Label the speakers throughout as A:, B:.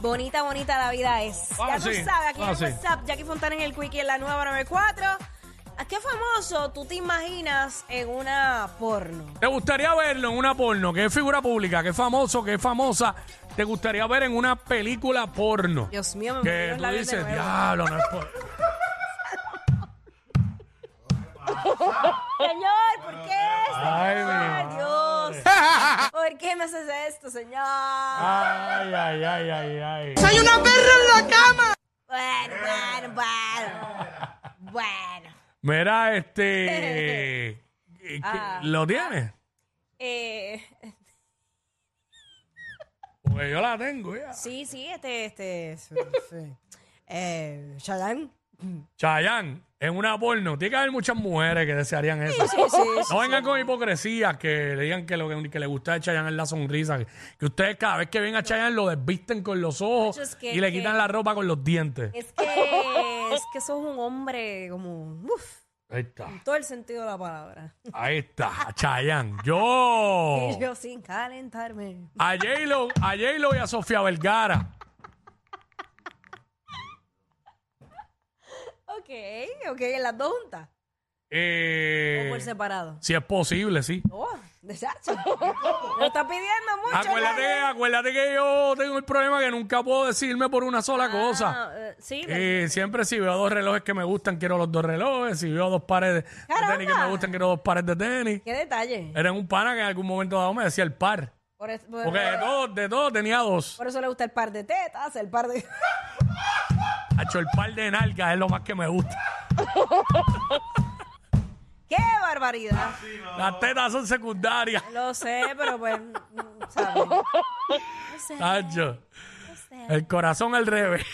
A: Bonita, bonita la vida es. ya
B: Ah,
A: tú
B: sí.
A: sabes, aquí
B: Ah,
A: en
B: sí.
A: WhatsApp, Jackie Fontana en el Quickie en la nueva 94. ¿A qué famoso tú te imaginas en una porno?
B: ¿Te gustaría verlo en una porno? ¿Qué figura pública? ¿Qué famoso? ¿Qué famosa? ¿Te gustaría ver en una película porno?
A: Dios mío, me metí
B: que
A: los
B: tú
A: labios de
B: dices,
A: nuevo.
B: diablo, no es por...
A: Señor, ¿por qué esto?
B: Ay,
A: Ay,
B: mi
A: Dios. ¿Por qué me haces esto, señor?
B: Ah. Ay, ay, ay, ay, ay.
A: Bueno, bueno, bueno. Bueno.
B: Mira, este... ¿qué-
A: Ah.
B: ¿Lo tienes?
A: Eh,
B: Porque Pues yo la tengo ya.
A: sí, sí, este, este. sí, sí. Eh, Shadan.
B: Chayanne, en una porno. Tiene que haber muchas mujeres que desearían eso.
A: Sí, sí,
B: No vengan con hipocresía, que le digan que lo que, que le gusta de Chayanne es la sonrisa. Que, que ustedes cada vez que ven a Chayanne lo desvisten con los ojos
A: Muchachos, que-
B: y le
A: que-
B: quitan la ropa con los dientes.
A: Es que, es que sos un hombre como, uf,
B: Ahí está,
A: en todo el sentido de la palabra.
B: ahí está, Chayanne. Yo
A: Y yo sin calentarme.
B: a J-Lo, a J-Lo y a Sofía Vergara.
A: Ok, ok, en las dos juntas.
B: Eh,
A: O por separado.
B: si es posible, sí.
A: Oh, deshacho. Lo está pidiendo mucho.
B: Acuérdate,
A: ¿no?
B: acuérdate que yo tengo el problema que nunca puedo decirme por una sola cosa.
A: Ah, eh, sí, me-
B: Y siempre si veo dos relojes que me gustan, quiero los dos relojes. Si veo dos pares de
A: Caramba.
B: tenis que me gustan, quiero dos pares de tenis.
A: qué detalle.
B: Era un pana que en algún momento dado me decía el par.
A: Por, es- por-
B: Porque de todo, de todo tenía dos.
A: por eso le gusta el par de tetas, el par de...
B: Hacho, el par de nalgas es lo más que me gusta.
A: ¡Qué barbaridad!
B: Las tetas son secundarias.
A: Lo sé, pero pues, mm, ¿sabes?
B: Hacho. El corazón al revés.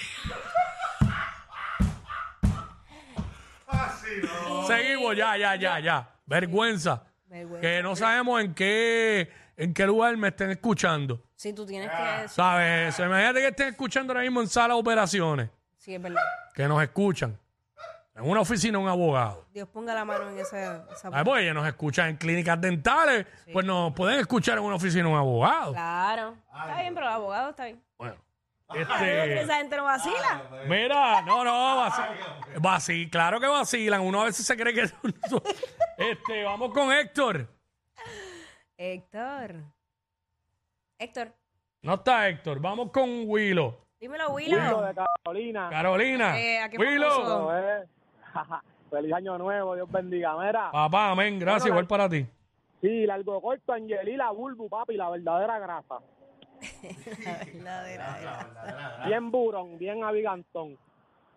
B: Seguimos, ya, ya, ya, ya. Vergüenza.
A: Vergüenza.
B: Que no sabemos en qué, en qué lugar me estén escuchando.
A: Si tú tienes
B: Ah.
A: que...
B: ¿Sabes? eso? Imagínate que estén escuchando ahora mismo en sala de operaciones,
A: Sí, es verdad.
B: que nos escuchan. En una oficina, un abogado.
A: Dios ponga la mano en esa... esa-
B: Ay, pues ellos nos escuchan en clínicas dentales, pues nos pueden escuchar en una oficina, un abogado.
A: Claro. Está bien, pero el abogado está bien.
B: Bueno,
A: Que
B: este.
A: Esa gente no vacila.
B: Mira, no, no, vacilan. claro que vacilan. Uno a veces se cree que. este, vamos con Héctor.
A: Héctor. Héctor.
B: No está Héctor, vamos con Willow.
A: Dímelo, Willow.
C: Carolina.
B: Carolina.
A: Eh, ¿a qué
B: Willow.
A: famoso?
C: Eh, Feliz año nuevo, Dios bendiga. Mira,
B: Papá, amén, gracias, igual para ti.
C: sí, largo corto, Angelila, Bulbu, papi, la verdadera grasa.
A: La de la- de la-
C: Bien burón, bien abigantón.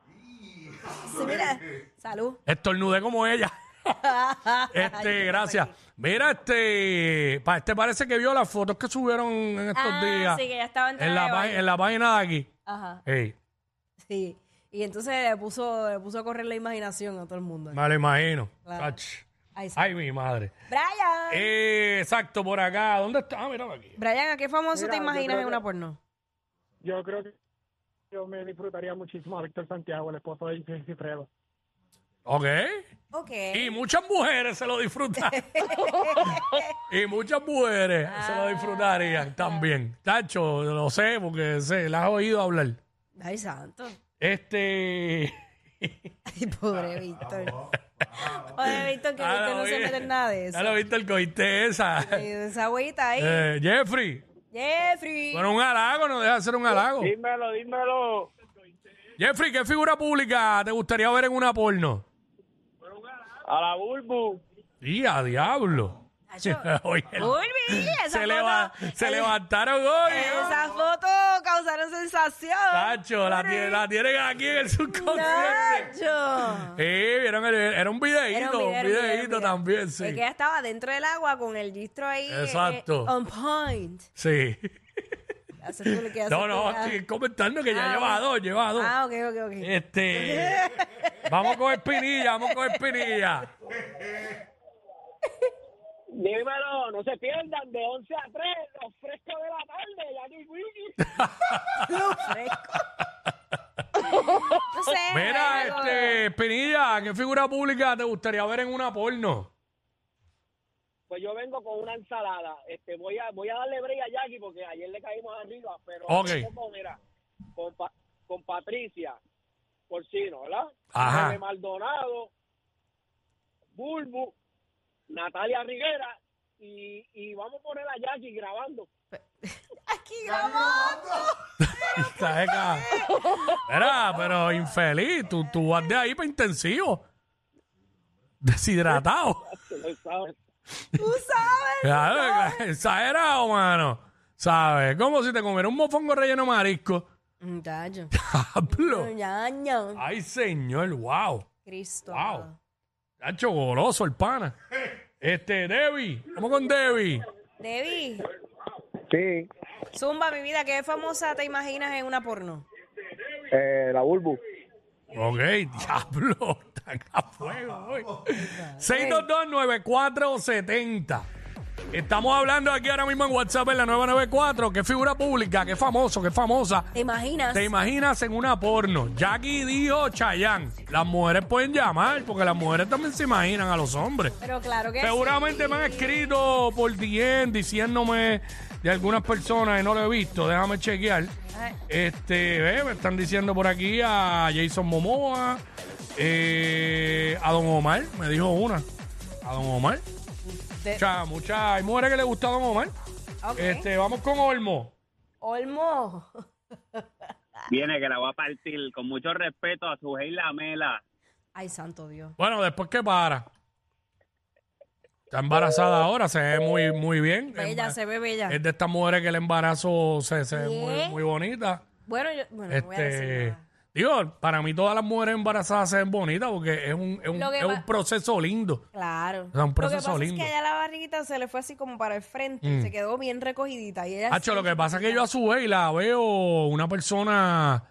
A: Sí, mira. Salud.
B: Estornudé como ella. Este, gracias. Mira, este, pa- este parece que vio las fotos que subieron en estos
A: Ah,
B: días
A: sí, que ya estaba en traje
B: en, la
A: de
B: pa-
A: baño.
B: en la página de aquí.
A: Ajá.
B: Ey,
A: Sí. Y entonces le puso, le puso a correr la imaginación a todo el mundo.
B: me lo imagino.
A: Claro.
B: Ach.
A: Ahí está.
B: Ay, mi madre.
A: Brian.
B: Eh, exacto, por acá. ¿Dónde está? Ah, mira por aquí.
A: Brian, ¿a qué famoso
C: Mira,
A: te
C: yo
A: imaginas
C: creo
A: en
C: que-
A: una porno?
C: Yo creo que yo me disfrutaría muchísimo a Víctor Santiago, el esposo de Isabel Cifredo.
B: Ok.
A: Ok.
B: Y muchas mujeres se lo disfrutan. y muchas mujeres se
A: Ah.
B: lo disfrutarían también. Tacho, lo sé porque sé, la has oído hablar.
A: Ay, santo.
B: Este.
A: Ay, pobre Víctor. Pobre Víctor, que
B: Ah,
A: Víctor no
B: lo
A: se
B: vi.
A: mete en nada de eso.
B: Ya lo viste el cogiste esa.
A: Y Esa agüita ahí.
B: Eh, Jeffrey,
A: Jeffrey.
B: bueno, un halago, no deja de ser un halago.
C: Dímelo, dímelo.
B: Jeffrey, ¿qué figura pública te gustaría ver en una porno?
C: A la Bulbu.
B: ¡Día, diablo!
A: Nacho,
B: Oye,
A: Urbi, esa
B: se,
A: foto-
B: leva- se
A: el-
B: levantaron hoy. ¿eh? ¿no?
A: Esas fotos causaron sensación.
B: Tacho, la, tie- la tienen aquí en el subconsciente.
A: Nacho.
B: Eh, vieron el- era un
A: Era
B: videíto,
A: un
B: un
A: video, era un video, era un
B: videíto
A: video.
B: también, sí.
A: Es que ella estaba dentro del agua con el distro ahí. eh,
B: Exacto.
A: eh, on point.
B: Sí.
A: Haces tú lo que haces
B: No,
A: tú,
B: no,
A: ah.
B: estoy comentando que ya
A: Ah,
B: lleva dos, lleva dos.
A: Ah, ok, ok, ok.
B: Este. vamos con Espinilla, vamos con Espinilla.
C: Dímelo, no se pierdan de 11 a 3, los frescos de la tarde, ya ni Wiki.
A: Lo fresco. no sé.
B: Mira,
A: Eh, algo-
B: este, Espinilla, ¿qué figura pública te gustaría ver en una porno?
C: Pues yo vengo con una ensalada. Este, voy a, voy a darle brea a Jackie porque ayer le caímos arriba, pero
B: Ok.
C: un poco, mira, Patricia Porcino, ¿verdad?
B: Ajá.
C: Bebe Maldonado, Bulbu, Natalia Rivera y, y vamos a poner a Jackie grabando.
A: Aquí grabando.
B: Estás acá. Era, pero infeliz, tú, tú vas de ahí para intensivo. Deshidratado.
C: ¿sabes?
A: Tú sabes.
B: Claro, exagerado, mano. ¿Sabes? Como si te comiera un mofongo relleno de marisco.
A: Muchacho.
B: Diablo.
A: Ya, ya.
B: Ay, señor, wow.
A: Cristo.
B: Wow. Hacho goloso el pana. Este, Debbie. Vamos con Debbie.
A: Debbie,
D: Sí,
A: zumba mi vida, ¿qué famosa te imaginas en una porno?
D: eh, la Bulbu.
B: Ok, diablo. Están a fuego hoy. 6229470. Estamos hablando aquí ahora mismo en WhatsApp en la 994. ¿Qué figura pública? ¿Qué famoso? ¿Qué famosa?
A: ¿Te imaginas?
B: ¿Te imaginas en una porno? Jackie dijo Chayanne. Las mujeres pueden llamar porque las mujeres también se imaginan a los hombres.
A: Pero claro que
B: Seguramente me han escrito por DM diciéndome de algunas personas y no lo he visto. Déjame chequear.
A: Ay.
B: Este, eh, me están diciendo por aquí a Jason Momoa, eh, a Don Omar, me dijo una. A Don Omar.
A: De-
B: Muchas, muchas. Hay mujeres que le gusta a Don Omar.
A: Ok.
B: Este, vamos con Olmo.
A: Olmo.
E: Viene que la va a partir con mucho respeto a su Heila Mela.
A: Ay, santo Dios.
B: Bueno, después que para. Está embarazada ahora, se ve muy, muy bien.
A: Uh. Bella,
B: Es-
A: se ve bella.
B: Es de estas mujeres que el embarazo se, se ve muy,
A: ¿Qué?
B: muy bonita.
A: Bueno, yo bueno, no voy a decir
B: Este,
A: nada.
B: digo, para mí todas las mujeres embarazadas se ven bonitas porque es un, es un,
A: Lo que
B: es un
A: va-
B: proceso lindo.
A: Claro.
B: sea, un proceso
A: lo que pasa
B: lindo.
A: es que allá la barriguita se le fue así como para el frente,
B: Mm.
A: se quedó bien recogidita. Y ella
B: Hacho, lo que pasa es que yo a su vez la veo una persona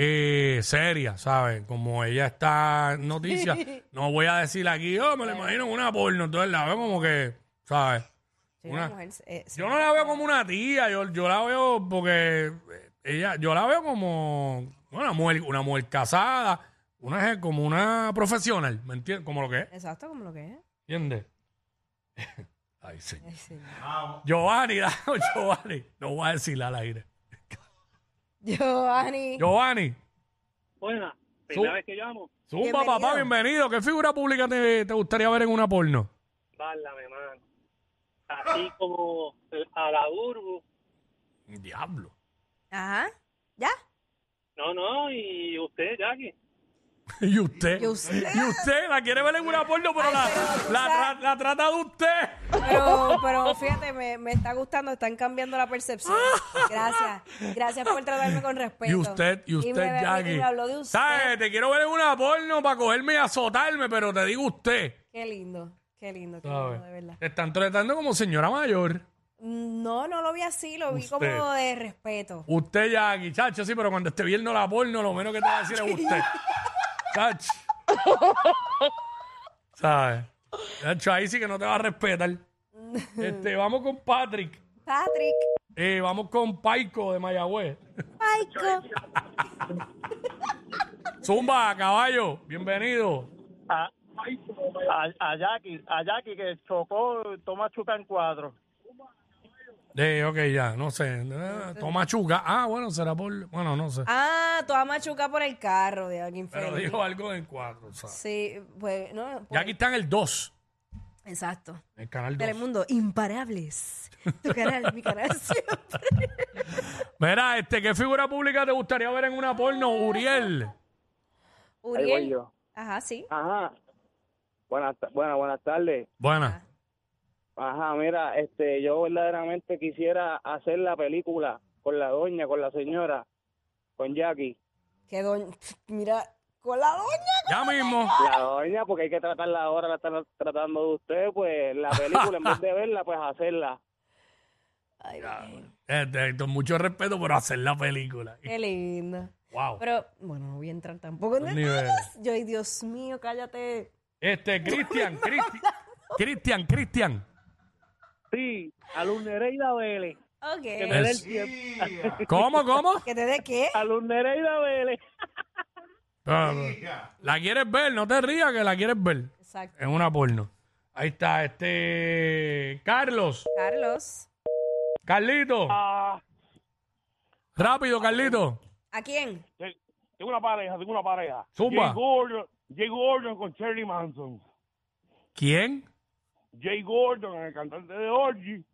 B: eh, seria, ¿sabes? Como ella está en noticias, no voy a decir aquí, oh, me lo imagino en una porno, entonces la veo como que, ¿sabes?
A: Sí, una
B: una-
A: mujer, eh, sí.
B: Yo no la veo como una tía, yo, yo la veo porque eh, ella, yo la veo como una mujer, una mujer casada, una je- como una profesional, ¿me entiendes? Como lo que es,
A: Exacto, como lo que es.
B: ¿entiendes? Ay, sí.
A: Ay, señor.
B: Giovanni, da- Giovanni, no voy a decirla al aire.
A: Giovanni.
B: Giovanni,
C: Bueno, primera
B: Su-
C: vez que llamo.
B: zumba
A: Bienvenido.
B: papá, bienvenido. ¿Qué figura pública te, te gustaría ver en una porno?
C: Válame, mano. Así como a la Burbu.
B: Diablo.
A: Ajá. ¿Ya?
C: No, no, y usted, Jackie.
B: ¿Y usted?
A: ¿Y usted?
B: ¿Y usted? ¿La quiere ver en una porno, pero,
A: Ay,
B: la,
A: pero tú
B: la
A: sabes-
B: tra- la trata de usted?
A: Pero, pero fíjate, me, me está gustando, están cambiando la percepción. Gracias. Gracias por tratarme con respeto.
B: Y usted, y usted,
A: me-
B: Jackie.
A: y me habló de usted.
B: ¿Sabes? Te quiero ver en una porno para cogerme y azotarme, pero te digo usted.
A: Qué lindo, qué lindo, qué
B: ¿Sabes?
A: lindo, de verdad.
B: Te están tratando como señora mayor.
A: No, no lo vi así, lo vi
B: Usted.
A: como de respeto.
B: Usted, Jackie, chacho, sí, pero cuando esté viendo la porno, lo menos que te va a decir es usted. Chacho. ¿Sabes? Chacho, ahí sí que no te va a respetar. Este, vamos con Patrick.
A: Patrick,
B: Eh, vamos con Paico de Mayagüez.
A: Paico.
B: Zumba, caballo, bienvenido.
F: a, a, a Jackie, a Jackie que chocó, toma chuca en cuadro.
B: Eh, ok, ya, no sé. Eh, Toma chuga. Ah, bueno, será por. Bueno, no sé.
A: Ah, toda machuca por el carro de alguien
B: Pero
A: feliz.
B: dijo algo en cuatro, ¿sabes?
A: Sí, pues, no.
B: Ya
A: pues-
B: aquí está en el 2,
A: Exacto.
B: en el canal 2.
A: Telemundo, imparables. Tu canal, mi canal siempre.
B: Mira, este, ¿qué figura pública te gustaría ver en una porno? Uriel.
D: Ahí
A: Uriel.
D: voy yo.
A: Ajá, sí.
D: Ajá. Buenas, ta- bueno, buenas tardes.
B: Buena.
A: Ah.
D: Ajá, mira, este, yo verdaderamente quisiera hacer la película con la doña, con la señora, con Jackie.
A: Que doña. Mira, con la doña.
B: Ya mismo.
D: La doña, porque hay que tratarla ahora, la están tratando de usted, pues la película, en vez de verla, pues hacerla.
A: Ay, Virgen,
B: Este, con mucho respeto por hacer la película.
A: qué lindo.
B: Wow.
A: Eh, Pero, bueno, no voy a entrar tampoco en
B: Los
A: detalles.
B: niveles.
A: Yo, ay, Dios mío, cállate.
B: Este, Cristian, Cristian. Cristian, Cristian.
C: Sí, a Luz Nereida Vélez.
A: Ok.
B: Es- ¿Cómo, cómo?
A: ¿Que te dé qué?
C: A Luz Nereida Vélez.
B: Ah, La quieres ver, no te rías que la quieres ver.
A: Exacto.
B: En una porno. Ahí está, este. Carlos.
A: Carlos.
B: Carlito.
C: Ah,
B: Rápido, Carlito.
A: ¿A quién?
G: Tengo una pareja, tengo una pareja.
B: Zumba.
G: Jay Gordon, Jay Gordon con Shirley Manson.
B: ¿Quién?
G: Jay Gordon, el cantante de Orgy,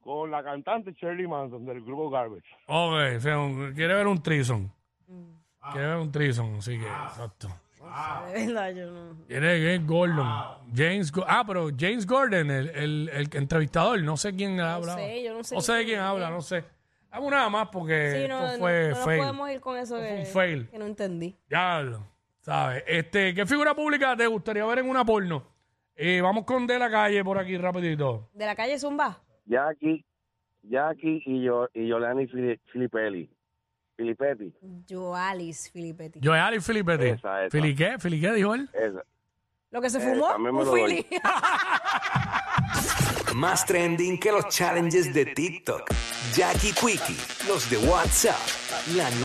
G: con la cantante Shirley Manson del grupo Garbage.
B: Ok, o sea, un- quiere ver un trison.
A: Mm.
B: Quiere ver un trison, así que, exacto. Ah.
A: De verdad, yo no.
B: Quiere ver Gordon. James Go- ah, pero James Gordon, el, el- el entrevistador, no sé quién ha hablado.
A: sé, yo no sé
B: de
A: quién
B: quién
A: es.
B: habla, no sé. Dame una más porque
A: Sí, no,
B: Eh, esto
A: no,
B: fue
A: no nos
B: fail.
A: podemos ir con eso
B: fue
A: de,
B: un fail.
A: que no entendí.
B: Diablo, ¿sabes? Este, ¿qué figura pública te gustaría ver en una porno? Eh, vamos con De la Calle por aquí rapidito.
A: De la calle Zumba.
D: Jackie, Jackie y, yo, y Yolani Fili- Filipelli. Filipetti.
A: Joalis Filippetti.
B: Yo Ali Filipetti.
D: Esa, esa.
B: ¿Fili qué? ¿Fili qué dijo él?
D: Esa.
A: Lo que se
D: Eh,
A: fumó,
D: también me
A: un
D: lo doy.
A: fili.
H: Más trending que los challenges de TikTok. Jackie Quickie, los de WhatsApp, la